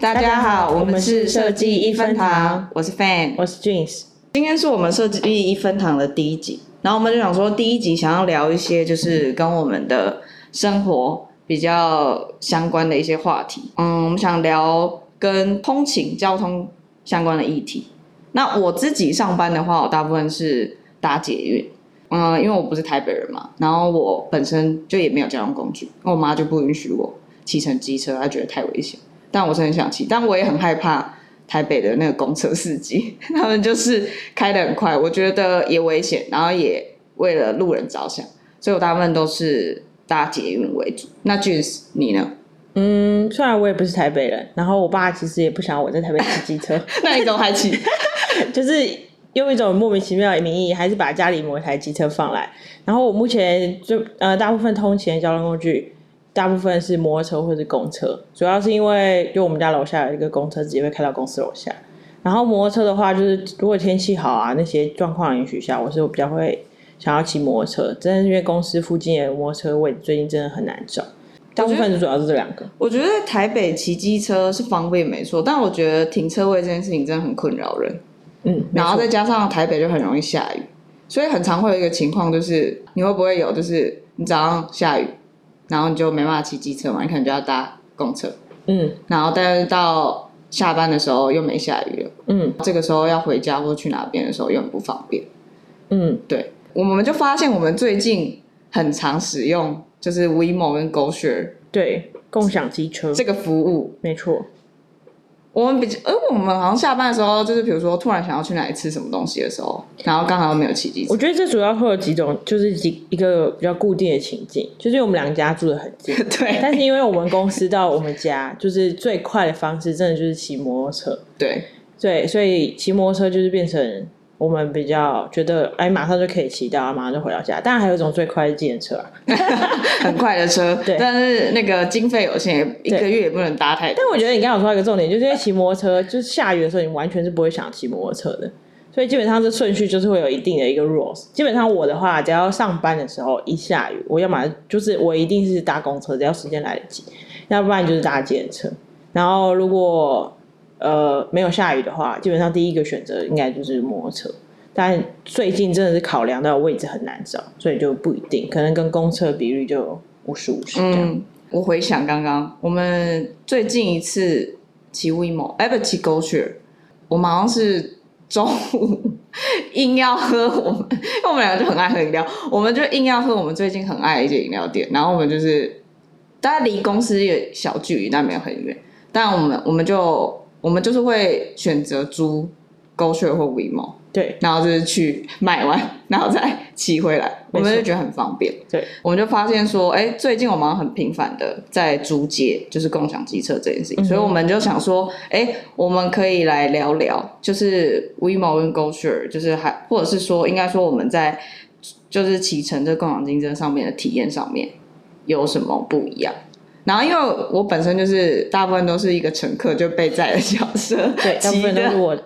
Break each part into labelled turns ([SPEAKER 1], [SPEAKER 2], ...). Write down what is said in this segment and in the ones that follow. [SPEAKER 1] 大家好，我们是设计一分堂，我是 Fan，
[SPEAKER 2] 我是 Jeans。
[SPEAKER 1] 今天是我们设计一分堂的第一集，然后我们就想说第一集想要聊一些就是跟我们的生活比较相关的一些话题，嗯，我们想聊跟通勤交通相关的议题。那我自己上班的话，我大部分是搭捷运，嗯，因为我不是台北人嘛，然后我本身就也没有交通工具，因为我妈就不允许我骑乘机车，她觉得太危险。但我是很想骑，但我也很害怕台北的那个公车司机， 他们就是开得很快，我觉得也危险，然后也为了路人着想，所以我大部分都是搭捷运为主。那 Juice 你呢？
[SPEAKER 2] 嗯，虽然我也不是台北人，然后我爸其实也不想要我在台北骑机车，
[SPEAKER 1] 那你怎么还骑？
[SPEAKER 2] 就是用一种莫名其妙的名义，还是把家里某一台机车放来。然后我目前就呃，大部分通勤的交通工具，大部分是摩托车或是公车，主要是因为就我们家楼下有一个公车直接会开到公司楼下。然后摩托车的话，就是如果天气好啊，那些状况允许下，我是比较会想要骑摩托车。真的是因为公司附近的摩托车位最近真的很难找，大部分主要是这两个。
[SPEAKER 1] 我觉得台北骑机车是方便没错，但我觉得停车位这件事情真的很困扰人，
[SPEAKER 2] 嗯，
[SPEAKER 1] 然后再加上台北就很容易下雨，所以很常会有一个情况就是你会不会有就是你早上下雨，然后你就没办法骑机车嘛，你可能就要搭公车，
[SPEAKER 2] 嗯
[SPEAKER 1] 然后但是到下班的时候又没下雨了，
[SPEAKER 2] 嗯
[SPEAKER 1] 这个时候要回家或去哪边的时候又很不方便。
[SPEAKER 2] 嗯，
[SPEAKER 1] 对，我们就发现我们最近很常使用就是 WeMo 跟 GoShare
[SPEAKER 2] 对，共享机车，
[SPEAKER 1] 这个服务。
[SPEAKER 2] 没错，
[SPEAKER 1] 我们比较，呃，我们好像下班的时候，就是比如说突然想要去哪里吃什么东西的时候，然后刚好又没有骑机车，
[SPEAKER 2] 我，觉得这主要会有几种，就是几一个比较固定的情境，就是我们两家住的很近
[SPEAKER 1] 对
[SPEAKER 2] 但是因为我们公司到我们家，就是最快的方式，真的就是骑摩托车，
[SPEAKER 1] 对，
[SPEAKER 2] 对，所以骑摩托车就是变成我们比较觉得，哎，马上就可以骑到，马上就回到家。当然还有一种最快的计程车啊，
[SPEAKER 1] 很快的车，
[SPEAKER 2] 对
[SPEAKER 1] 但是那个经费有限，一个月也不能搭太多
[SPEAKER 2] 但。我觉得你刚刚有说到一个重点，就是因为骑摩托车，就是下雨的时候，你完全是不会想骑摩托车的。所以基本上这顺序就是会有一定的一个 rules。基本上我的话，只要上班的时候一下雨，我要么就是我一定是搭公车，只要时间来得及；要不然就是搭计程车。然后如果呃没有下雨的话，基本上第一个选择应该就是摩托车。但最近真的是考量到位置很难找，所以就不一定，可能跟公车比率就五十五十这样。
[SPEAKER 1] 嗯，我回想刚刚，我们最近一次骑 WeMo，哎，不骑 GoShare，我们好像是中午硬要喝我们，因为我们两个就很爱喝饮料，我们就硬要喝我们最近很爱的一间饮料店，然后我们就是大概离公司也小距离，但没有很远，但我们我们就我们就是会选择租 GoShare 或 WeMo，
[SPEAKER 2] 对，
[SPEAKER 1] 然后就是去买完， 然后再骑回来，我
[SPEAKER 2] 没错
[SPEAKER 1] 们就觉得很方便。
[SPEAKER 2] 对，
[SPEAKER 1] 我们就发现说，哎，最近我们好像很频繁的在租借，就是共享机车这件事
[SPEAKER 2] 嗯
[SPEAKER 1] 情，所以我们就想说，哎，我们可以来聊聊，就是 WeMo 跟 GoShare，就是还或者是说，应该说我们在就是骑乘这共享竞争上面的体验上面有什么不一样。然后，因为我本身就是大部分都是一个乘客就被载的角色，
[SPEAKER 2] 对，大部
[SPEAKER 1] 骑
[SPEAKER 2] 分都
[SPEAKER 1] 的
[SPEAKER 2] 是我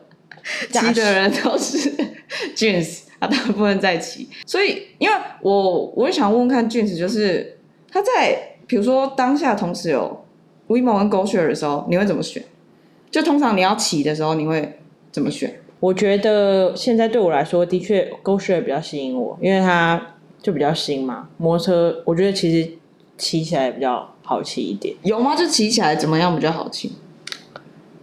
[SPEAKER 2] 驾
[SPEAKER 1] 骑
[SPEAKER 2] 驶
[SPEAKER 1] 的人都是 Jeans，他大部分在骑。所以，因为我我也想问问看 Jeans，就是他在比如说当下同时有 WeMo 跟 GoShare 的时候，你会怎么选？就通常你要骑的时候，你会怎么选？
[SPEAKER 2] 我觉得现在对我来说，的确 GoShare 比较吸引我，因为它就比较新嘛。摩托车，我觉得其实骑起来比较好骑一点。
[SPEAKER 1] 有吗？就骑起来怎么样比较好骑？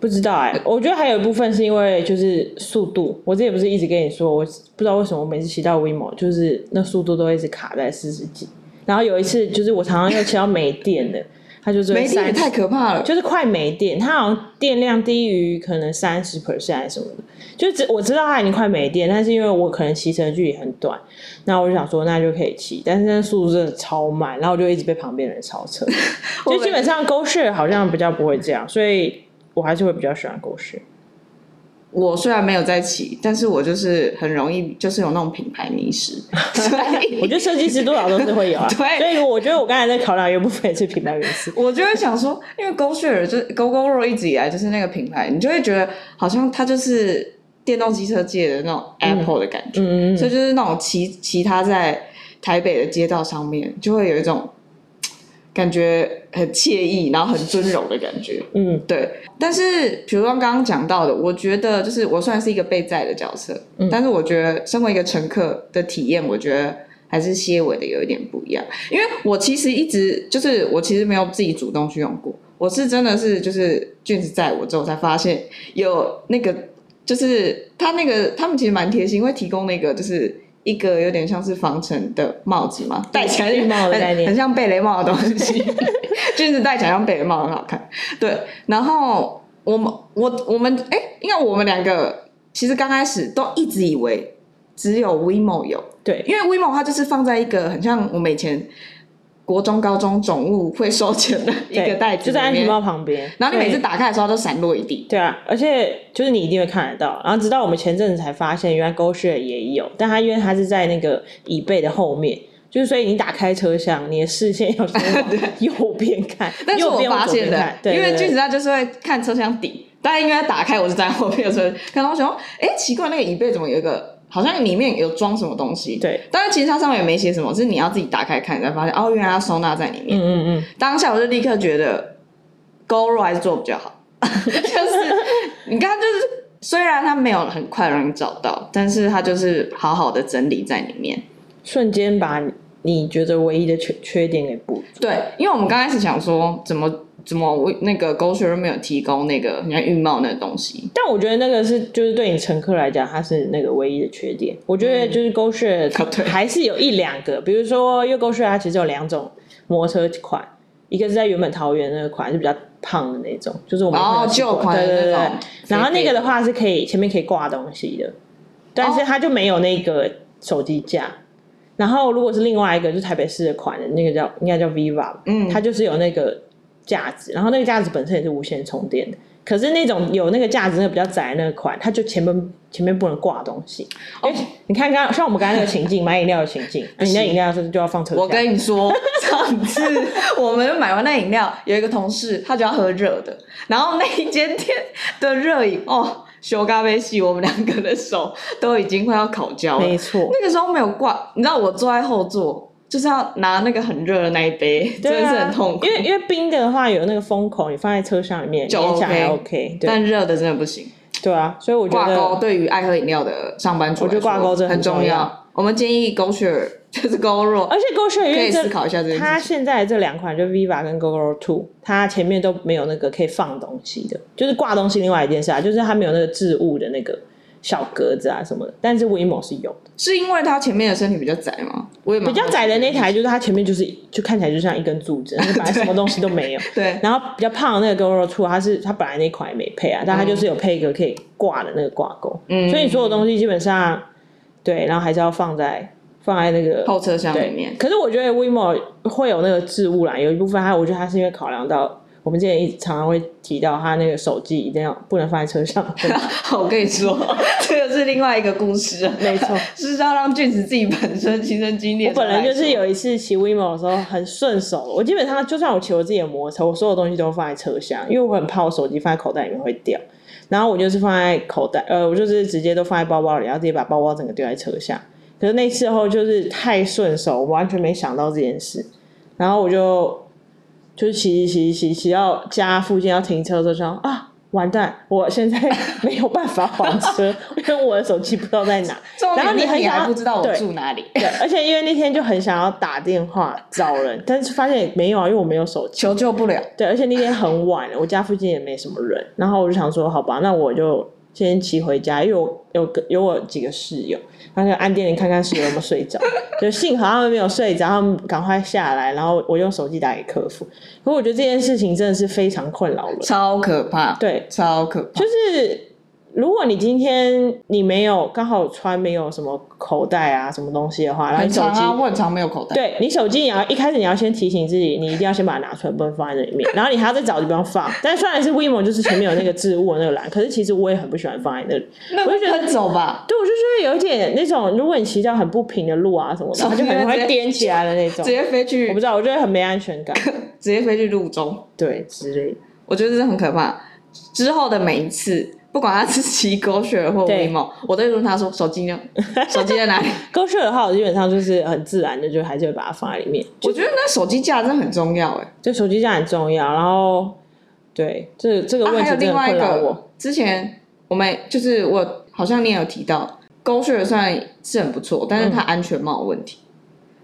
[SPEAKER 2] 不知道哎、我觉得还有一部分是因为就是速度，我之前不是一直跟你说，我不知道为什么我每次骑到 WeMo 就是那速度都一直卡在四十几，然后有一次就是我常常又骑到没电了，它就是会
[SPEAKER 1] 没电也
[SPEAKER 2] 30
[SPEAKER 1] 太可怕了。
[SPEAKER 2] 就是快没电，它好像电量低于可能三十 percent 还是什么的，就只我知道它已经快没电，但是因为我可能骑车的距离很短，那我就想说那就可以骑，但是那速度真的超慢，然后我就一直被旁边的人超 车，就基本上 Go Share 好像比较不会这样，所以我还是会比较喜欢 Go Share。
[SPEAKER 1] 我虽然没有在骑，但是我就是很容易就是有那种品牌迷失， 所以
[SPEAKER 2] 我觉得设计师多少都是会有啊，
[SPEAKER 1] 对
[SPEAKER 2] 所以我觉得我刚才在考量一部分也是品牌原因。
[SPEAKER 1] 我就会想说，因为 GoShare 就是 GoGoRo 一直以来就是那个品牌，你就会觉得好像它就是电动机车界的那种 Apple 的感觉，
[SPEAKER 2] 嗯嗯
[SPEAKER 1] 所以就是那种骑骑它在台北的街道上面，就会有一种嘖感觉很惬意，然后很尊荣的感觉。
[SPEAKER 2] 嗯
[SPEAKER 1] 对，但是比如说刚刚讲到的，我觉得就是我算是一个被载的角色，
[SPEAKER 2] 嗯
[SPEAKER 1] 但是呃我觉得身为一个乘客的体验，我觉得还是些微的有一点不一样。因为我其实一直就是我其实没有自己主动去用过，我是真的是就是俊子载我之后才发现有那个就是他那个他们其实蛮贴心，会提供那个就是。一个有点像是防尘的帽子嘛，戴起来
[SPEAKER 2] 绿帽
[SPEAKER 1] 很
[SPEAKER 2] 的概念
[SPEAKER 1] 很像贝雷帽的东西， 就是戴起来像贝雷帽很好看。对，然后我们我我们哎，因为我们两个其实刚开始都一直以为只有 WeMo 有，
[SPEAKER 2] 对，
[SPEAKER 1] 因为 WeMo 它就是放在一个很像我们以前国中、高中总务会收钱的一个
[SPEAKER 2] 对
[SPEAKER 1] 袋子，
[SPEAKER 2] 就在安全帽。旁边，
[SPEAKER 1] 然后你每
[SPEAKER 2] 对
[SPEAKER 1] 次打开的时候都散落一地，
[SPEAKER 2] 对啊，而且就是你一定会看得到。啊然后直到我们前阵子才发现，原来 GoShare 也有，但它因为它是在那个椅背的后面，就是所以你打开车厢，你的视线要先 往右边看，
[SPEAKER 1] 但是
[SPEAKER 2] 右
[SPEAKER 1] 我
[SPEAKER 2] 边往
[SPEAKER 1] 发
[SPEAKER 2] 左边
[SPEAKER 1] 现的
[SPEAKER 2] 看，对
[SPEAKER 1] 因为
[SPEAKER 2] 对
[SPEAKER 1] 巨
[SPEAKER 2] 对
[SPEAKER 1] 子他就是会看车厢底，大家应该打开，我是在后面的车，看到我想说，哎，奇怪，那个椅背怎么有一个，好像里面有装什么东西？
[SPEAKER 2] 对，
[SPEAKER 1] 但是其实它上面也没写什么，是你要自己打开看，你才发现哦，原来它收纳在里面。
[SPEAKER 2] 嗯嗯嗯，
[SPEAKER 1] 当下我就立刻觉得 GoRo 还是做比较好， 就是你刚刚就是虽然它没有很快让你找到，但是它就是好好的整理在里面。
[SPEAKER 2] 瞬间把你觉得唯一的缺缺点给补足。
[SPEAKER 1] 对，因为我们刚开始想说怎么怎么我那个 GoShare 没有提供那个你看浴帽那个东西，
[SPEAKER 2] 但我觉得那个是，就是对你乘客来讲，它是那个唯一的缺点。我觉得就是 GoShare
[SPEAKER 1] 啊嗯对
[SPEAKER 2] 还是有一两个，比如说，因为 GoShare 它其实有两种摩托车款，一个是在原本桃园那个款是比较胖的那种，就是我们
[SPEAKER 1] 哦
[SPEAKER 2] 会有
[SPEAKER 1] 旧款的
[SPEAKER 2] 对对对
[SPEAKER 1] 那
[SPEAKER 2] 对
[SPEAKER 1] 种，
[SPEAKER 2] 然后那个的话是可以前面可以挂东西的，但
[SPEAKER 1] 哦
[SPEAKER 2] 是它就没有那个手机架。然后如果是另外一个，就是台北市的款的那个叫应该叫 Viva，吧
[SPEAKER 1] 嗯
[SPEAKER 2] 它就是有那个架子，然后那个架子本身也是无线充电的。可是那种有那个架子那个比较窄的那个款，它就前面前面不能挂东西。哦，你看刚刚像我们刚刚那个情境，买饮料的情 境，你那饮料是不是就要放车厢。
[SPEAKER 1] 我跟你 说，上次我们买完那饮料，有一个同事他就要喝热的，然后那一间店的热饮哦，修咖啡系，我们两个的手都已经快要烤焦了
[SPEAKER 2] 没。错，
[SPEAKER 1] 那个时候没有挂，你知道我坐在后座，就是要拿那个很热的那一杯，真
[SPEAKER 2] 对
[SPEAKER 1] 的
[SPEAKER 2] 啊
[SPEAKER 1] 是很痛苦
[SPEAKER 2] 因。为因为冰的话有那个风口，你放在车厢里面
[SPEAKER 1] 就
[SPEAKER 2] 勉强还
[SPEAKER 1] OK
[SPEAKER 2] OK，对
[SPEAKER 1] 但热的真的不行，
[SPEAKER 2] 对啊，所以我觉
[SPEAKER 1] 挂钩
[SPEAKER 2] 得
[SPEAKER 1] 对于爱喝饮料的上班族
[SPEAKER 2] 我觉得
[SPEAKER 1] 来说
[SPEAKER 2] 挂钩真的
[SPEAKER 1] 很
[SPEAKER 2] 很重
[SPEAKER 1] 重
[SPEAKER 2] 要。
[SPEAKER 1] 我们建议 Go Share 就是 Go r o
[SPEAKER 2] 而且 GoShare 因
[SPEAKER 1] 可
[SPEAKER 2] 为
[SPEAKER 1] 以
[SPEAKER 2] 这
[SPEAKER 1] 思考一下这件事
[SPEAKER 2] 它
[SPEAKER 1] 情。
[SPEAKER 2] 现在这两款就 Viva 跟 GoGo Two，它前面都没有那个可以放东西的，就是挂东西另外一件事啊，就是它没有那个置物的那个小格子啊什么的，但是 WeMo 是有的，
[SPEAKER 1] 是因为他前面的身体比较窄吗？我也蛮
[SPEAKER 2] 比较窄的那台就是它前面就是就看起来就像一根柱 子，但是本来什么东西都没有。
[SPEAKER 1] 对，
[SPEAKER 2] 然后比较胖的那个 GoGo Two，它是它本来那款也没配啊，但它就是有配一个可以挂的那个挂钩，
[SPEAKER 1] 嗯
[SPEAKER 2] 所以所有东西基本上对，然后还是要放在放在那个
[SPEAKER 1] 后车厢里面，
[SPEAKER 2] 可是我觉得 WeMo 会有那个置物啦，有一部分它，我觉得它是因为考量到我们之前一直常常会提到，它那个手机一定要不能放在车上。
[SPEAKER 1] 我跟你说， 这个是另外一个故事啊，
[SPEAKER 2] 没错，
[SPEAKER 1] 是要让俊子自己本身亲身经历的
[SPEAKER 2] 我
[SPEAKER 1] 时候
[SPEAKER 2] 本
[SPEAKER 1] 来说。
[SPEAKER 2] 来就是有一次骑 WeMo 的时候很顺手，我基本上就算我骑我自己的摩托车，我所有东西都放在车厢，因为我很怕我手机放在口袋里面会掉。然后我就是放在口袋，呃，我就是直接都放在包包里，然后直接把包包整个丢在车厢。可是那次后就是太顺手，我完全没想到这件事，然后我就就是骑骑骑骑到家附近要停车的时候，想啊，完蛋，我现在 没有办法还车，因为我的手机不知道在哪。
[SPEAKER 1] 重
[SPEAKER 2] 然后
[SPEAKER 1] 点
[SPEAKER 2] 你
[SPEAKER 1] 是
[SPEAKER 2] 很
[SPEAKER 1] 你
[SPEAKER 2] 想要
[SPEAKER 1] 还不知道我
[SPEAKER 2] 对
[SPEAKER 1] 住哪里，
[SPEAKER 2] 对，而且因为那天就很想要打电话找人，但是发现也没有啊，因为我没有手机。
[SPEAKER 1] 求救不了。
[SPEAKER 2] 对，而且那天很晚了， 我家附近也没什么人，然后我就想说，好吧，那我就先骑回家，因为我有个有我几个室友，然后就按电铃看看室友有没有睡着， 就幸好他们没有睡着，他们赶快下来，然后我用手机打给客服。可我觉得这件事情真的是非常困扰人，
[SPEAKER 1] 超可怕，，
[SPEAKER 2] 对，
[SPEAKER 1] 超可怕。
[SPEAKER 2] 就是如果你今天你没有刚好穿没有什么口袋啊什么东西的话，然后
[SPEAKER 1] 很
[SPEAKER 2] 你手
[SPEAKER 1] 长
[SPEAKER 2] 机
[SPEAKER 1] 啊，我很长没有口袋。
[SPEAKER 2] 对你手机，你要一开始你要先提醒自己，你一定要先把它拿出来，不能放在这 里面。然后你还要再找地方放。但虽然是 WeMo，就是前面有那个置物的那个栏，可是其实我也很不喜欢放在那里。
[SPEAKER 1] 那
[SPEAKER 2] 我就觉得
[SPEAKER 1] 很 走吧，
[SPEAKER 2] 对，我就觉得有一点那种，如果你骑到很不平的路啊什么的，它就很会颠起来的那种
[SPEAKER 1] 直。接飞
[SPEAKER 2] 我
[SPEAKER 1] 去
[SPEAKER 2] 不，知道，我觉得很没安 全感，
[SPEAKER 1] 直接飞去路中，
[SPEAKER 2] 对之类的。
[SPEAKER 1] 我觉得这很可怕。之后的每一次，不管他是骑狗血或
[SPEAKER 2] 对
[SPEAKER 1] WeMo，我都会问他说手机呢？手机在哪里？
[SPEAKER 2] 勾血的话，我基本上就是很自然的，就还是会把它放在里面。
[SPEAKER 1] 我觉得那手机架真的很重要哎、
[SPEAKER 2] 就手机架很重要，然后对这这个
[SPEAKER 1] 啊，
[SPEAKER 2] 问
[SPEAKER 1] 还
[SPEAKER 2] 题
[SPEAKER 1] 有
[SPEAKER 2] 真的
[SPEAKER 1] 另外
[SPEAKER 2] 困
[SPEAKER 1] 一
[SPEAKER 2] 扰我。
[SPEAKER 1] 个，之前我们就是我好像你也有提到，狗血算是很不错，但是它
[SPEAKER 2] 嗯
[SPEAKER 1] 安全帽有问题，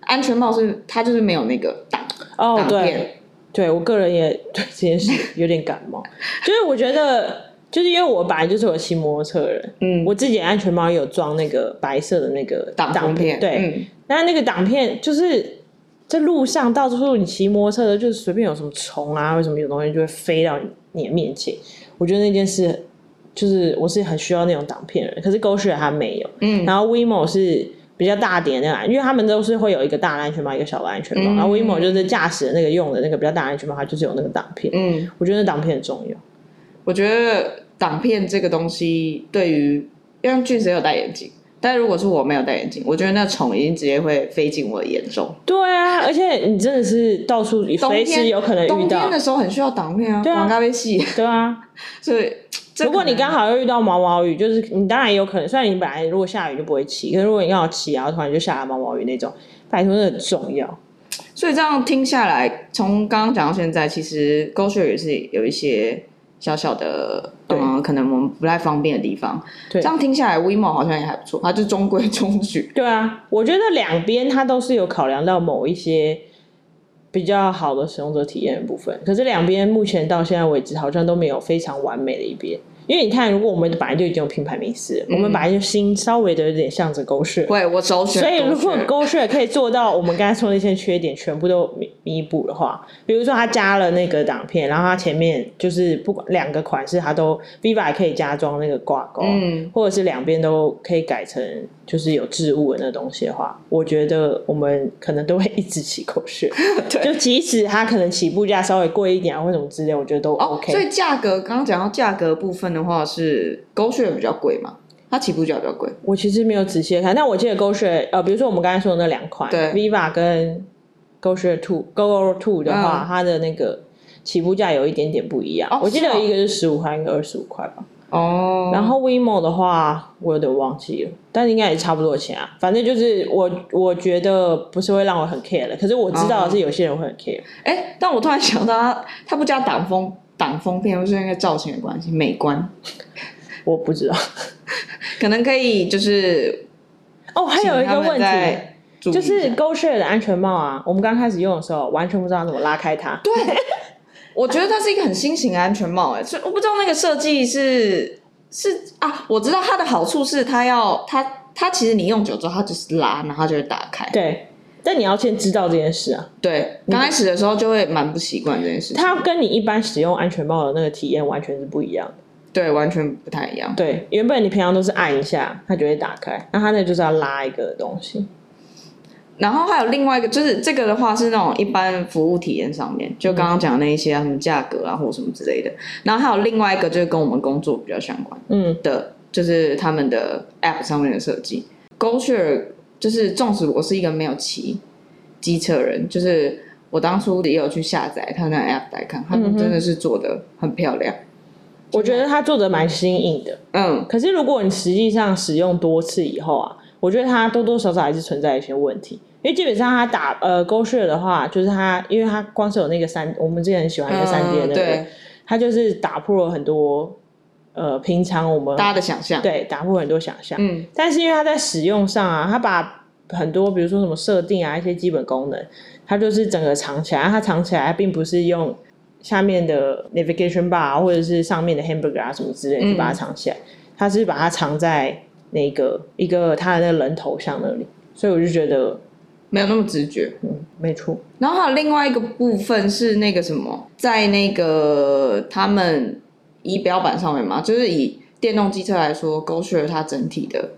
[SPEAKER 1] 安全帽是它就是没有那个挡
[SPEAKER 2] 哦，
[SPEAKER 1] 挡
[SPEAKER 2] 对，
[SPEAKER 1] 片，
[SPEAKER 2] 对我个人也对这 件事有点感冒，就是我觉得，就是因为我本来就是有骑摩托车的人，
[SPEAKER 1] 嗯，
[SPEAKER 2] 我自己的安全帽有装那个白色的那个
[SPEAKER 1] 挡风片，
[SPEAKER 2] 对，
[SPEAKER 1] 嗯，
[SPEAKER 2] 那、那个挡片就是在路上到处你骑摩托车的，就是随便有什么虫啊，或什么有东西就会飞到你的面前，我觉得那件事就是我是很需要那种挡片的人，可是 g o s h 它没有，
[SPEAKER 1] 嗯
[SPEAKER 2] 然后 WeMo 是比较大点的那个，因为他们都是会有一个大的安全帽，一个小的安全帽。
[SPEAKER 1] 嗯
[SPEAKER 2] 然后 WeMo 就是驾驶的那个用的那个比较大的安全帽，它就是有那个挡片。
[SPEAKER 1] 嗯，
[SPEAKER 2] 我觉得那挡片很重要。
[SPEAKER 1] 我觉得挡片这个东西对于，因为巨石有戴眼镜，但如果是我没有戴眼镜，我觉得那虫已经直接会飞进我的眼中。
[SPEAKER 2] 对啊，而且你真的是到处
[SPEAKER 1] 冬
[SPEAKER 2] 随
[SPEAKER 1] 天
[SPEAKER 2] 时有可能遇
[SPEAKER 1] 冬天
[SPEAKER 2] 到。
[SPEAKER 1] 的时候很需要挡片啊，
[SPEAKER 2] 对啊
[SPEAKER 1] 广告被戏，
[SPEAKER 2] 对啊，
[SPEAKER 1] 所以这
[SPEAKER 2] 如果
[SPEAKER 1] 可能啊
[SPEAKER 2] 你刚好又遇到毛毛雨，就是你当然也有可能，虽然你本来如果下雨就不会骑，可是如果你刚好骑，然后突然就下了毛毛雨那种，拜托那很重要。
[SPEAKER 1] 所以这样听下来，从刚刚讲到现在，其实 g o s h a r 也是有一些小小的，
[SPEAKER 2] 对
[SPEAKER 1] 嗯，可能我们不太方便的地方。
[SPEAKER 2] 对
[SPEAKER 1] 这样听下来，WeMo 好像也还不错，它就中规中矩。
[SPEAKER 2] 对啊，我觉得两边它都是有考量到某一些比较好的使用者体验的部分，可是两边目前到现在为止好像都没有非常完美的一边。因为你看，如果我们本来就已经有品牌名词了，我们本来就心稍微的有点向着狗血，
[SPEAKER 1] 会，我首选 Gaucher。
[SPEAKER 2] 所以如果狗血可以做到我们刚才说那些缺点全部都弥弥补的话，比如说它加了那个挡片，然后它前面就是不管两个款式它都 Viva 也可以加装那个挂钩，
[SPEAKER 1] 嗯，
[SPEAKER 2] 或者是两边都可以改成就是有置物的那东西的话，我觉得我们可能都会一直起口血。
[SPEAKER 1] 对
[SPEAKER 2] 就即使它可能起步价稍微贵一点啊，或什么之类，我觉得都
[SPEAKER 1] 哦
[SPEAKER 2] OK。
[SPEAKER 1] 所以价格刚刚讲到价格部分的话是 g o s h a r 比较贵嘛，它起步价比较贵。
[SPEAKER 2] 我其实没有仔细地看，但我记得狗血呃，比如说我们刚才说的那两款，
[SPEAKER 1] 对
[SPEAKER 2] ，Viva 跟狗血 Two、Go Go Two 的话，
[SPEAKER 1] 嗯
[SPEAKER 2] 它的那个起步价有一点点不一样。
[SPEAKER 1] 哦
[SPEAKER 2] 我记得
[SPEAKER 1] 是哦
[SPEAKER 2] 有一个是十五块，一个二十五块吧。
[SPEAKER 1] 哦，
[SPEAKER 2] 然后 WeMo 的话，我有点忘记了，但应该也差不多的钱啊。反正就是我我觉得不是会让我很 care 的，可是我知道的
[SPEAKER 1] 嗯
[SPEAKER 2] 是有些人会很 care。
[SPEAKER 1] 哎，但我突然想到它，它不加挡风挡风片，是因为造型的关系，美观，
[SPEAKER 2] 我不知道
[SPEAKER 1] 可能可以就是
[SPEAKER 2] 哦，还有一个问题。
[SPEAKER 1] 题
[SPEAKER 2] 就是 g o s h a r 的安全帽啊，我们刚开始用的时候完全不知道怎么拉开它。对，
[SPEAKER 1] 我觉得它是一个很新型的安全帽、哎，所以我不知道那个设计是是啊，我知道它的好处是它要它它其实你用久之后，它就是拉，然后它就会打开。
[SPEAKER 2] 对，但你要先知道这件事啊，
[SPEAKER 1] 对，刚开始的时候就会蛮不习惯这件事情，
[SPEAKER 2] 它跟你一般使用安全帽的那个体验完全是不一样的。
[SPEAKER 1] 对，完全不太一样。
[SPEAKER 2] 对，原本你平常都是按一下它就会打开，那它那就是要拉一个东西。
[SPEAKER 1] 然后还有另外一个，就是这个的话是那种一般服务体验上面，就刚刚讲的那一些啊，什么价格啊或什么之类的。然后还有另外一个就是跟我们工作比较相关
[SPEAKER 2] 嗯，
[SPEAKER 1] 的，就是他们的 App 上面的设计。GoShare 就是，纵使我是一个没有骑机车人，就是我当初也有去下载他那 App 来看，他们真的是做的很漂亮。
[SPEAKER 2] 我觉得它做的蛮新颖的，
[SPEAKER 1] 嗯，
[SPEAKER 2] 可是如果你实际上使用多次以后啊，我觉得它多多少少还是存在一些问题。因为基本上它打呃勾血的话，就是它，因为它光是有那个三，我们之前很喜欢那个三 D 的那
[SPEAKER 1] 嗯
[SPEAKER 2] 个，
[SPEAKER 1] 对，
[SPEAKER 2] 它就是打破了很多呃平常我们
[SPEAKER 1] 大家的想象，
[SPEAKER 2] 对打破很多想象。
[SPEAKER 1] 嗯，
[SPEAKER 2] 但是因为它在使用上啊，它把很多比如说什么设定啊一些基本功能，它就是整个藏起来，它藏起来并不是用下面的 navigation bar 啊或者是上面的 hamburger 啊什么之类
[SPEAKER 1] 嗯
[SPEAKER 2] 的去把它藏起来，它是把它藏在那个一个它的那个人头像那里，所以我就觉得
[SPEAKER 1] 没有那么直觉。
[SPEAKER 2] 嗯没错，
[SPEAKER 1] 然后还有另外一个部分是那个什么，在那个他们仪表板上面嘛，就是以电动机车来说 g o s h a r 它整体的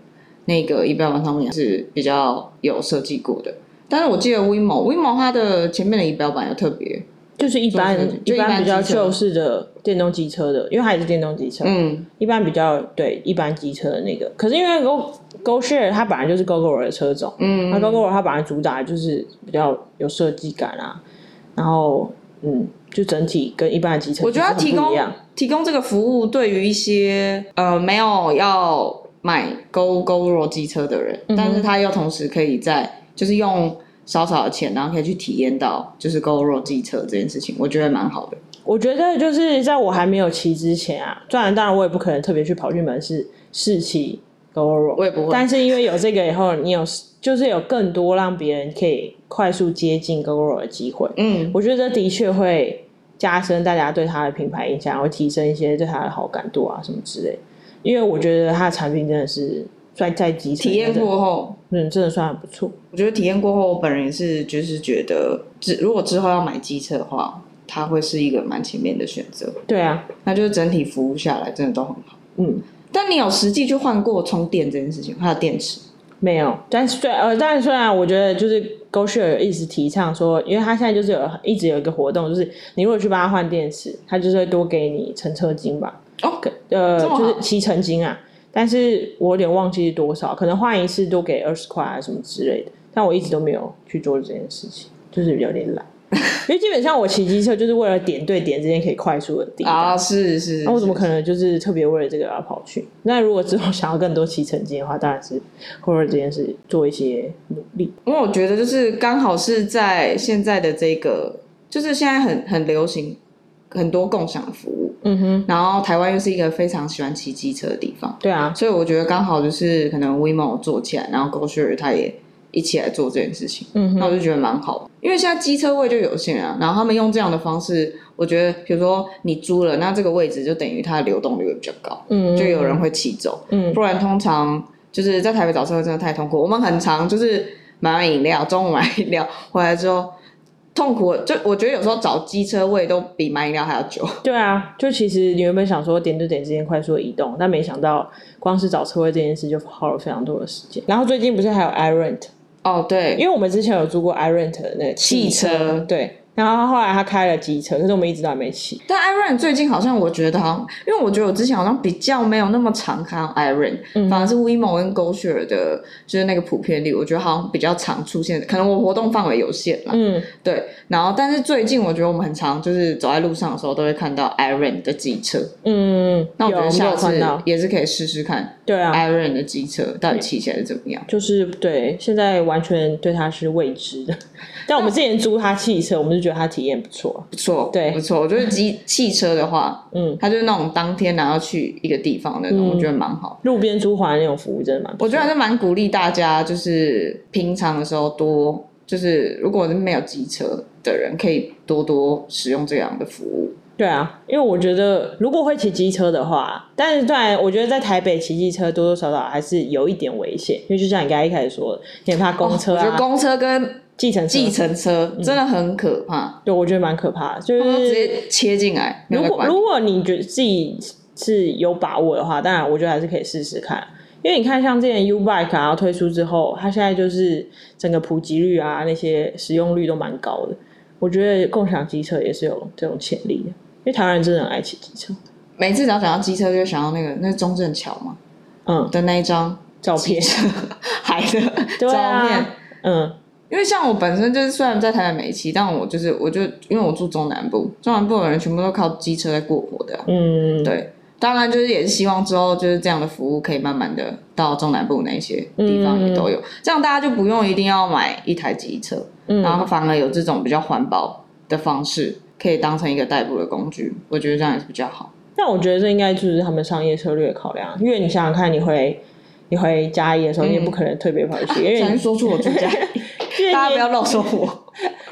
[SPEAKER 1] 那个仪表板上面是比较有设计过的。但是我记得 WeMo WeMo 它的前面的仪表板有特别，
[SPEAKER 2] 就是一般
[SPEAKER 1] 就是就一般
[SPEAKER 2] 般比较
[SPEAKER 1] 机车
[SPEAKER 2] 旧式的电动机车的，因为它也是电动机车，
[SPEAKER 1] 嗯，
[SPEAKER 2] 一般比较对一般机车的那个，可是因为 Go Go Share 它本来就是 Go Go 的车种，
[SPEAKER 1] 嗯
[SPEAKER 2] 那 Go Go 它本来主打就是比较有设计感啊，然后嗯，就整体跟一般的机车
[SPEAKER 1] 我觉得它
[SPEAKER 2] 就是
[SPEAKER 1] 提
[SPEAKER 2] 很不
[SPEAKER 1] 供
[SPEAKER 2] 一样。
[SPEAKER 1] 提供这个服务，对于一些呃没有要买 Go Go Ro 机车的人，但是他又同时可以在就是用少少的钱，然后可以去体验到就是 Go Ro 机车这件事情，我觉得蛮好的。
[SPEAKER 2] 我觉得就是在我还没有骑之前啊，当然当然我也不可能特别去跑去门市试骑 Goro，
[SPEAKER 1] 我也不会
[SPEAKER 2] 但是因为有这个以后，你有就是有更多让别人可以快速接近 Goro 的机会，
[SPEAKER 1] 嗯，
[SPEAKER 2] 我觉得的确会加深大家对它的品牌印象，会提升一些对它的好感度啊什么之类。因为我觉得它的产品真的是算在基层
[SPEAKER 1] 体验
[SPEAKER 2] 真的，
[SPEAKER 1] 过后，
[SPEAKER 2] 嗯，真的算很不错。
[SPEAKER 1] 我觉得体验过后，我本人也是就是觉得，之如果之后要买机车的话，它会是一个蛮前面的选择。
[SPEAKER 2] 对啊，
[SPEAKER 1] 那就是整体服务下来，真的都很好。
[SPEAKER 2] 嗯，
[SPEAKER 1] 但你有实际去换过充电这件事情，还有电池？
[SPEAKER 2] 没有，但是虽呃，但是虽然我觉得就是 g o s h a r 一直提倡说，因为他现在就是有一直有一个活动，就是你如果去帮他换电池，他就是会多给你乘车金吧，
[SPEAKER 1] 哦，
[SPEAKER 2] 可呃
[SPEAKER 1] 这么好
[SPEAKER 2] 就是骑乘金啊。但是我有点忘记是多少，可能换一次多给二十块啊什么之类的，但我一直都没有去做这件事情，就是 有点懒，因为基本上我骑机车就是为了点对点之间可以快速的抵达。
[SPEAKER 1] 啊，是是，
[SPEAKER 2] 那我怎么
[SPEAKER 1] 是
[SPEAKER 2] 可能就是特别为了这个而跑去？那如果之后想要更多骑乘绩的话，当然是会为了这件事做一些努力。
[SPEAKER 1] 因为我觉得就是刚好是在现在的这个，就是现在很很流行很多共享服务，
[SPEAKER 2] 嗯哼，
[SPEAKER 1] 然后台湾又是一个非常喜欢骑机车的地方，
[SPEAKER 2] 对啊，
[SPEAKER 1] 所以我觉得刚好就是可能 WeMo 做起来，然后 GoShare 它也一起来做这件事情，
[SPEAKER 2] 嗯
[SPEAKER 1] 那
[SPEAKER 2] 哼，
[SPEAKER 1] 我就觉得蛮好的，因为现在机车位就有限啊，然后他们用这样的方式，我觉得比如说你租了，那这个位置就等于它的流动率会比较高，
[SPEAKER 2] 嗯，
[SPEAKER 1] 就有人会骑走，
[SPEAKER 2] 嗯
[SPEAKER 1] 不然通常就是在台北找车位真的太痛苦。我们很常就是买完饮料，中午买饮料回来之后痛苦，就我觉得有时候找机车位都比买饮料还要久。
[SPEAKER 2] 对啊，就其实你原本想说点对点之间快速的移动，但没想到光是找车位这件事就耗了非常多的时间。然后最近不是还有 iRent，
[SPEAKER 1] 哦，对，
[SPEAKER 2] 因为我们之前有租过 iRent 的那个
[SPEAKER 1] 汽车
[SPEAKER 2] 车，对。然后后来他开了机车，可是我们一直都还没骑。
[SPEAKER 1] 但 i r o n 最近好像我觉得好像，因为我觉得我之前好像比较没有那么常看到 i r o n
[SPEAKER 2] 嗯
[SPEAKER 1] 反而是 WeMo 跟 GoShare 的，就是那个普遍率，我觉得好像比较常出现，可能我活动范围有限啦。
[SPEAKER 2] 嗯，
[SPEAKER 1] 对，然后但是最近我觉得我们很常就是走在路上的时候都会看到 i r o n 的机车，
[SPEAKER 2] 嗯，
[SPEAKER 1] 那我
[SPEAKER 2] 有
[SPEAKER 1] 觉得
[SPEAKER 2] 没
[SPEAKER 1] 下
[SPEAKER 2] 有看
[SPEAKER 1] 次哎
[SPEAKER 2] 到？
[SPEAKER 1] 也是可以试试看
[SPEAKER 2] 对啊，
[SPEAKER 1] Iron 的机车到底骑起来是怎么样。
[SPEAKER 2] 就是对，现在完全对它是未知的。 但我们之前租它汽车，我们就觉得它体验不错。
[SPEAKER 1] 不错，
[SPEAKER 2] 嗯对
[SPEAKER 1] 不错。我觉得机汽车的话，
[SPEAKER 2] 嗯，
[SPEAKER 1] 它就是那种当天然后去一个地方的那种，我觉得蛮好。
[SPEAKER 2] 路边租还那种服务真的蛮不
[SPEAKER 1] 我
[SPEAKER 2] 错
[SPEAKER 1] 觉得还是蛮鼓励大家，就是平常的时候多，就是如果是没有机车的人，可以多多使用这样的服务。
[SPEAKER 2] 对啊，因为我觉得如果会骑机车的话，但是当然，我觉得在台北骑机车多多少少还是有一点危险，因为就像你刚才一开始说的，你很怕公车
[SPEAKER 1] 哦我觉
[SPEAKER 2] 啊嗯
[SPEAKER 1] 得、公车跟
[SPEAKER 2] 计程车啊
[SPEAKER 1] 计，程车真的很可怕，
[SPEAKER 2] 对我觉得蛮可怕的。就
[SPEAKER 1] 他们都直
[SPEAKER 2] 是
[SPEAKER 1] 接切进来，没
[SPEAKER 2] 嗯如
[SPEAKER 1] 有
[SPEAKER 2] 果
[SPEAKER 1] 管。
[SPEAKER 2] 如果你觉得自己是有把握的话，当然我觉得还是可以试试看。因为你看，像之前 U Bike 然后推出之后，它现在就是整个普及率啊，那些使用率都蛮高的。我觉得共享机车也是有这种潜力的，因为台湾人真的很爱骑机车。
[SPEAKER 1] 每次只要讲到机车，就会想到那个那是中正桥嘛
[SPEAKER 2] 嗯，
[SPEAKER 1] 的那一张
[SPEAKER 2] 照
[SPEAKER 1] 汽
[SPEAKER 2] 片，
[SPEAKER 1] 车海的
[SPEAKER 2] 对
[SPEAKER 1] 照面。
[SPEAKER 2] 啊，嗯，
[SPEAKER 1] 因为像我本身就是虽然在台北没骑，但我就是我就因为我住中南部，中南部的人全部都靠机车在过活的啊、
[SPEAKER 2] 嗯，
[SPEAKER 1] 对，当然就是也是希望之后就是这样的服务可以慢慢的到中南部那一些
[SPEAKER 2] 嗯
[SPEAKER 1] 地方也都有，这样大家就不用一定要买一台机车，
[SPEAKER 2] 嗯
[SPEAKER 1] 然后反而有这种比较环保的方式，可以当成一个代步的工具，我觉得这样也是比较好。
[SPEAKER 2] 但我觉得这应该就是他们商业策略的考量，因为你想想看，你回你回嘉义的时候，你也不可能特别跑去，因为
[SPEAKER 1] 想
[SPEAKER 2] 你
[SPEAKER 1] 说出我住 家，
[SPEAKER 2] 因为
[SPEAKER 1] 嗯 大家
[SPEAKER 2] 你
[SPEAKER 1] 不要漏说我。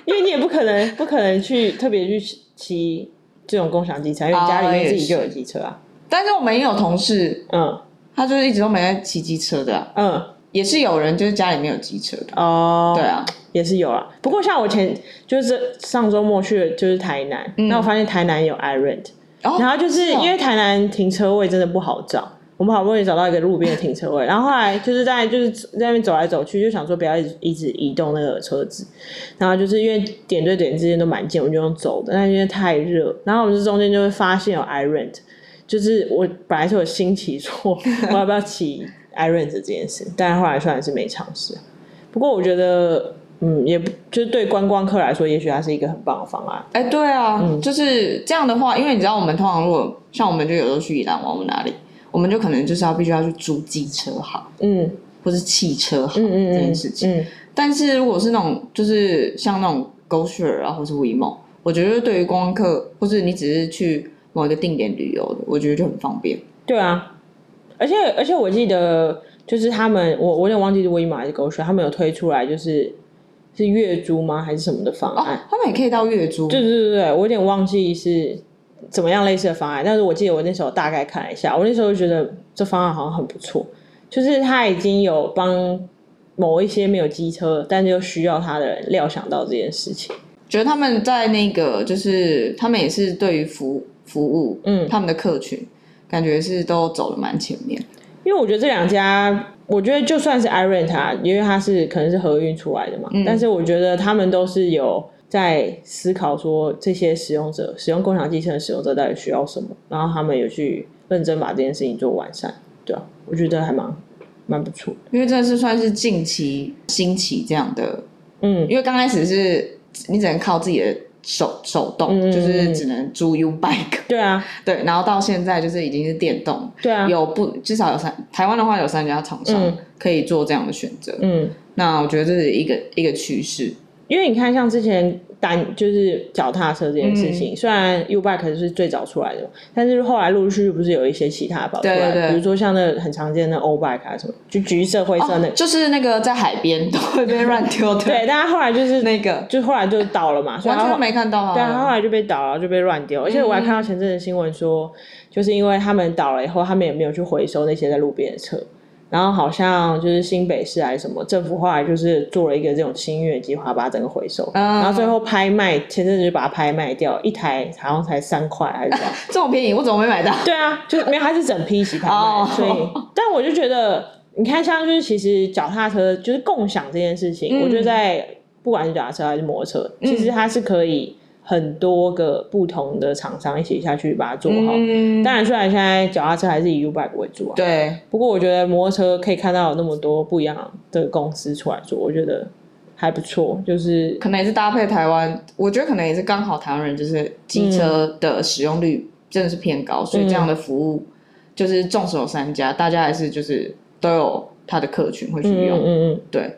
[SPEAKER 2] 因为你也不可能不可能去特别去骑这种共享机车，因为你家里面自己就有机车啊。
[SPEAKER 1] 但是我们也有同事，
[SPEAKER 2] 嗯
[SPEAKER 1] 他就是一直都没在骑机车的啊、
[SPEAKER 2] 嗯
[SPEAKER 1] 也是有人就是家里没有机车的。
[SPEAKER 2] 哦，
[SPEAKER 1] 对，啊，
[SPEAKER 2] 也是有啊。不过像我前就是上周末去的就是台南，那、我发现台南有 iRent，、
[SPEAKER 1] 哦
[SPEAKER 2] 然后就是
[SPEAKER 1] 是哦
[SPEAKER 2] 因为台南停车位真的不好找。我们好不容易找到一个路边的停车位，然后后来就是在就是在那边走来走去，就想说不要一直一直移动那个车子，然后就是因为点对点之间都蛮近，我们就用走的，但因为太热，然后我们就中间就会发现有 iRent，就是我本来是有新奇说 我要不要骑 iRent 这件事，但是后来虽然是没尝试，不过我觉得嗯，也不就是对观光客来说，也许它是一个很棒的方案。
[SPEAKER 1] 哎，对啊，
[SPEAKER 2] 嗯
[SPEAKER 1] 就是这样的话，因为你知道，我们通常如果像我们就有时候去宜兰玩，我们哪里，我们就可能就是要必须要去租机车行
[SPEAKER 2] 嗯
[SPEAKER 1] 或是汽车行
[SPEAKER 2] 嗯嗯
[SPEAKER 1] 这
[SPEAKER 2] 嗯，
[SPEAKER 1] 件事情。
[SPEAKER 2] 嗯
[SPEAKER 1] 但是如果是那种就是像那种 GoShare 啊，或是 WeMo，我觉得对于观光客，或是你只是去某一个定点旅游的，我觉得就很方便。
[SPEAKER 2] 对啊，而且而且我记得就是他们，我我有点忘记是威马还是狗血，他们有推出来就是是月租吗还是什么的方
[SPEAKER 1] 哦
[SPEAKER 2] 案？，
[SPEAKER 1] 他们也可以到月租，
[SPEAKER 2] 对对对对，我有点忘记是怎么样类似的方案，但是我记得我那时候大概看了一下，我那时候就觉得这方案好像很不错，就是他已经有帮某一些没有机车但是又需要他的人料想到这件事情。
[SPEAKER 1] 觉得他们在那个就是他们也是对于服服务，
[SPEAKER 2] 嗯
[SPEAKER 1] 他们的客群感觉是都走的蛮前面。
[SPEAKER 2] 因为我觉得这两家，我觉得就算是 iRent 啊，因为它是可能是合运出来的嘛，但是我觉得他们都是有在思考说这些使用者使用共享机车的使用者到底需要什么，然后他们有去认真把这件事情做完善，对啊，我觉得还蛮蛮不错的，
[SPEAKER 1] 因为这是算是近期兴起这样的，
[SPEAKER 2] 嗯
[SPEAKER 1] 因为刚开始是你只能靠自己的手手动，
[SPEAKER 2] 嗯
[SPEAKER 1] 就是只能租 U bike，
[SPEAKER 2] 对啊，
[SPEAKER 1] 对，然后到现在就是已经是电动，
[SPEAKER 2] 对啊，
[SPEAKER 1] 有不至少有三台湾的话有三家厂商
[SPEAKER 2] 嗯
[SPEAKER 1] 可以做这样的选择，
[SPEAKER 2] 嗯。
[SPEAKER 1] 那我觉得这是一个一个趋势，
[SPEAKER 2] 因为你看，像之前单就是脚踏车这件
[SPEAKER 1] 嗯
[SPEAKER 2] 事情，虽然 U Bike 是最早出来的嘛，但是后来陆陆续续不是有一些其他的跑出来，
[SPEAKER 1] 对对对
[SPEAKER 2] 比如说像那很常见的 O Bike 啊什么，就橘色、灰
[SPEAKER 1] 哦
[SPEAKER 2] 色那个，
[SPEAKER 1] 就是那个在海边都会被乱丢的，
[SPEAKER 2] 嗯 对，但是后来就是
[SPEAKER 1] 那个
[SPEAKER 2] 就后来就倒了嘛，所以
[SPEAKER 1] 完
[SPEAKER 2] 它
[SPEAKER 1] 全没看到
[SPEAKER 2] 对啊，他后
[SPEAKER 1] 啊，
[SPEAKER 2] 来就被倒了，就被乱丢。而且我还看到前阵子新闻说，就是因为他们倒了以后，他们也没有去回收那些在路边的车。然后好像就是新北市还是什么政府后来就是做了一个这种新月计划，把它整个回收，
[SPEAKER 1] 啊
[SPEAKER 2] 然后最后拍卖，前阵子就把它拍卖掉，一台好像才三块还是这样。
[SPEAKER 1] 这么便宜我怎么没买到？
[SPEAKER 2] 对啊，就是没有，它是整批一起拍卖，
[SPEAKER 1] 哦
[SPEAKER 2] 所以，但我就觉得，你看，像就是其实脚踏车就是共享这件事情，
[SPEAKER 1] 嗯
[SPEAKER 2] 我觉得在不管是脚踏车还是摩托车，其实它是可以很多个不同的厂商一起下去把它做好。
[SPEAKER 1] 嗯，
[SPEAKER 2] 当然，虽然现在脚踏车还是以 U Bike 为主啊，
[SPEAKER 1] 对，
[SPEAKER 2] 不过我觉得摩托车可以看到有那么多不一样的公司出来做，我觉得还不错。就是
[SPEAKER 1] 可能也是搭配台湾，我觉得可能也是刚好台湾人就是机车的使用率真的是偏高，所以这样的服务就是众所三家，大家还是就是都有他的客群会去
[SPEAKER 2] 嗯
[SPEAKER 1] 用，
[SPEAKER 2] 嗯嗯，
[SPEAKER 1] 对，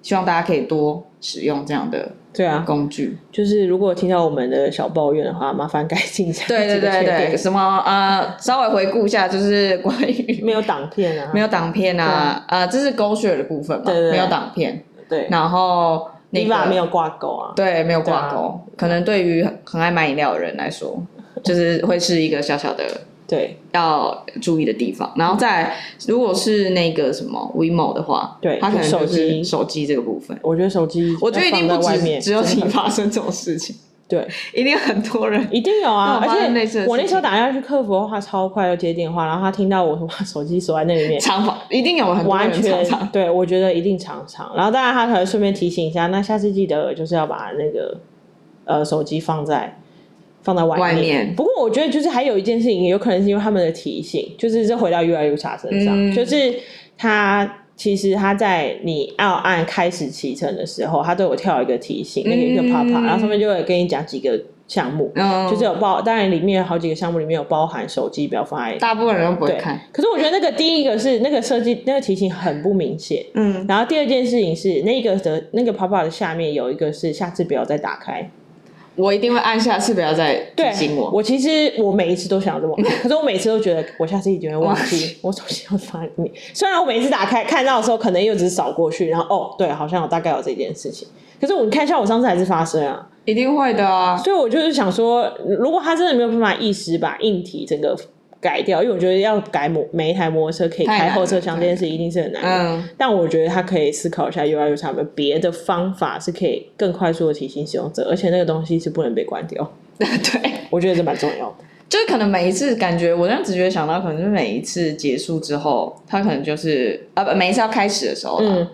[SPEAKER 1] 希望大家可以多使用这样的
[SPEAKER 2] 对啊，
[SPEAKER 1] 工具。
[SPEAKER 2] 就是如果听到我们的小抱怨的话，麻烦改进一下
[SPEAKER 1] 对对
[SPEAKER 2] 这个
[SPEAKER 1] 对
[SPEAKER 2] 缺点。
[SPEAKER 1] 对，什么呃，稍微回顾一下，就是关于
[SPEAKER 2] 没有挡片啊，
[SPEAKER 1] 没有挡片啊，呃，这是狗血的部分嘛，
[SPEAKER 2] 对对对
[SPEAKER 1] 没有挡片，
[SPEAKER 2] 对
[SPEAKER 1] 然后那
[SPEAKER 2] v 把
[SPEAKER 1] 个
[SPEAKER 2] 没有挂钩啊，
[SPEAKER 1] 对没有
[SPEAKER 2] 对
[SPEAKER 1] 挂
[SPEAKER 2] 啊
[SPEAKER 1] 钩，可能对于很爱买饮料的人来说，就是会是一个小小的
[SPEAKER 2] 对
[SPEAKER 1] 要注意的地方。然后再来如果是那个什么 WeMo 的话，
[SPEAKER 2] 对
[SPEAKER 1] 它可能就
[SPEAKER 2] 手
[SPEAKER 1] 是
[SPEAKER 2] 机
[SPEAKER 1] 手机这个部分。
[SPEAKER 2] 我觉得手机
[SPEAKER 1] 我觉得一定
[SPEAKER 2] 要
[SPEAKER 1] 不
[SPEAKER 2] 放在外面
[SPEAKER 1] 止只有
[SPEAKER 2] 真
[SPEAKER 1] 你
[SPEAKER 2] 的
[SPEAKER 1] 发生这种事情，
[SPEAKER 2] 对，
[SPEAKER 1] 一定很多人
[SPEAKER 2] 一定有
[SPEAKER 1] 那
[SPEAKER 2] 啊
[SPEAKER 1] 我，
[SPEAKER 2] 而
[SPEAKER 1] 发生类似的
[SPEAKER 2] 且我
[SPEAKER 1] 事
[SPEAKER 2] 那时候打电话去客服的话，超快就接电话，然后他听到我说 把手机锁在那里面。
[SPEAKER 1] 常发，一定有很多
[SPEAKER 2] 完
[SPEAKER 1] 人常
[SPEAKER 2] 全
[SPEAKER 1] 常
[SPEAKER 2] 对，我觉得一定常常。然后当然，他可能顺便提醒一下，那下次记得就是要把那个呃手机放在放在外
[SPEAKER 1] 外面
[SPEAKER 2] 不过我觉得就是还有一件事情，有可能是因为他们的提醒，就是这回到 U I U 茶身上，
[SPEAKER 1] 嗯
[SPEAKER 2] 就是他其实他在你要按开始启程的时候，他都有跳一个提醒，那个一个
[SPEAKER 1] 嗯
[SPEAKER 2] pop up，、然后上面就会跟你讲几个项目。
[SPEAKER 1] 嗯，
[SPEAKER 2] 就是有包，当然里面有好几个项目，里面有包含手机不要放在
[SPEAKER 1] 大部分人都不会
[SPEAKER 2] 对
[SPEAKER 1] 看，
[SPEAKER 2] 可是我觉得那个第一个是那个设计那个题型很不明显，
[SPEAKER 1] 嗯，
[SPEAKER 2] 然后第二件事情是那个的那个泡泡的下面有一个是下次不要再打开，
[SPEAKER 1] 我一定会按下次不要再提
[SPEAKER 2] 对
[SPEAKER 1] 醒我。
[SPEAKER 2] 我其实我每一次都 想这么，可是我每次都觉得我下次一定会忘
[SPEAKER 1] 嗯
[SPEAKER 2] 记，我首先会发你。虽然我每次打开看到的时候，可能又只是扫过去，然后哦，对，好像有大概有这件事情。可是我你看，像我上次还是发生啊，
[SPEAKER 1] 一定会的啊，
[SPEAKER 2] 所以我就是想说，如果他真的没有办法一时把硬体整个改掉，因为我觉得要改摩每一台摩托车可以
[SPEAKER 1] 太难
[SPEAKER 2] 开
[SPEAKER 1] 了
[SPEAKER 2] 后车厢这件事一定是很难的。
[SPEAKER 1] 嗯，
[SPEAKER 2] 但我觉得他可以思考一下 U I U 他们别的方法是可以更快速的提醒使用者，而且那个东西是不能被关掉。
[SPEAKER 1] 对，
[SPEAKER 2] 我觉得这蛮重要的。
[SPEAKER 1] 就是可能每一次感觉，我这样直觉想到，可能是每一次结束之后，他可能就是啊，不，每一次要开始的时候啦，
[SPEAKER 2] 嗯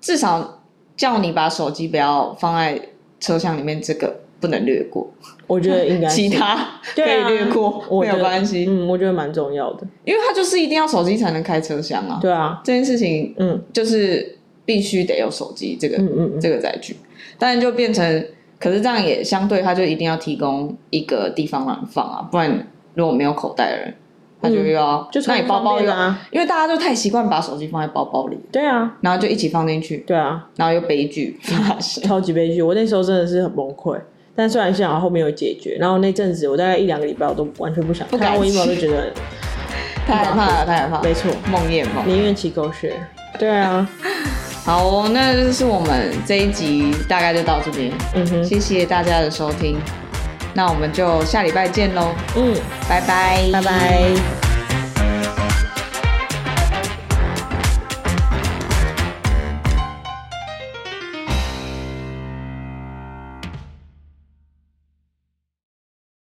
[SPEAKER 1] 至少叫你把手机不要放在车厢里面，这个不能略过，
[SPEAKER 2] 我觉得应该 是
[SPEAKER 1] 其他可
[SPEAKER 2] 对
[SPEAKER 1] 以
[SPEAKER 2] 啊
[SPEAKER 1] 略过，
[SPEAKER 2] 我
[SPEAKER 1] 没有
[SPEAKER 2] 觉得
[SPEAKER 1] 关系，
[SPEAKER 2] 嗯，我觉得蛮重要的。
[SPEAKER 1] 因为他就是一定要手机才能开车厢啊，
[SPEAKER 2] 对啊，
[SPEAKER 1] 这件事情
[SPEAKER 2] 嗯，
[SPEAKER 1] 就是必须得有手机这个、
[SPEAKER 2] 嗯嗯嗯，
[SPEAKER 1] 这个载具，当然就变成，可是这样也相对，他就一定要提供一个地方让你放啊，不然如果没有口袋的人，他就又要、
[SPEAKER 2] 嗯就
[SPEAKER 1] 那你包包又
[SPEAKER 2] 了
[SPEAKER 1] 要，
[SPEAKER 2] 啊，
[SPEAKER 1] 因为大家就太习惯把手机放在包包里，
[SPEAKER 2] 对啊，
[SPEAKER 1] 然后就一起放进去，
[SPEAKER 2] 对啊，
[SPEAKER 1] 然后又悲剧发 生。
[SPEAKER 2] 超级悲剧。我那时候真的是很崩溃，但虽然幸好后面有解决，然后那阵子我大概一两个礼拜我都完全不想
[SPEAKER 1] 不
[SPEAKER 2] 看
[SPEAKER 1] 敢
[SPEAKER 2] 我一毛
[SPEAKER 1] 去
[SPEAKER 2] 都觉得
[SPEAKER 1] 太害怕了，太害怕了
[SPEAKER 2] 没，错，
[SPEAKER 1] 梦魇梦。
[SPEAKER 2] 宁愿骑狗血。对啊，
[SPEAKER 1] 好哦，那就是我们这一集大概就到这边，
[SPEAKER 2] 嗯哼，
[SPEAKER 1] 谢谢大家的收听，那我们就下礼拜见喽，
[SPEAKER 2] 嗯，
[SPEAKER 1] 拜拜，
[SPEAKER 2] 拜拜。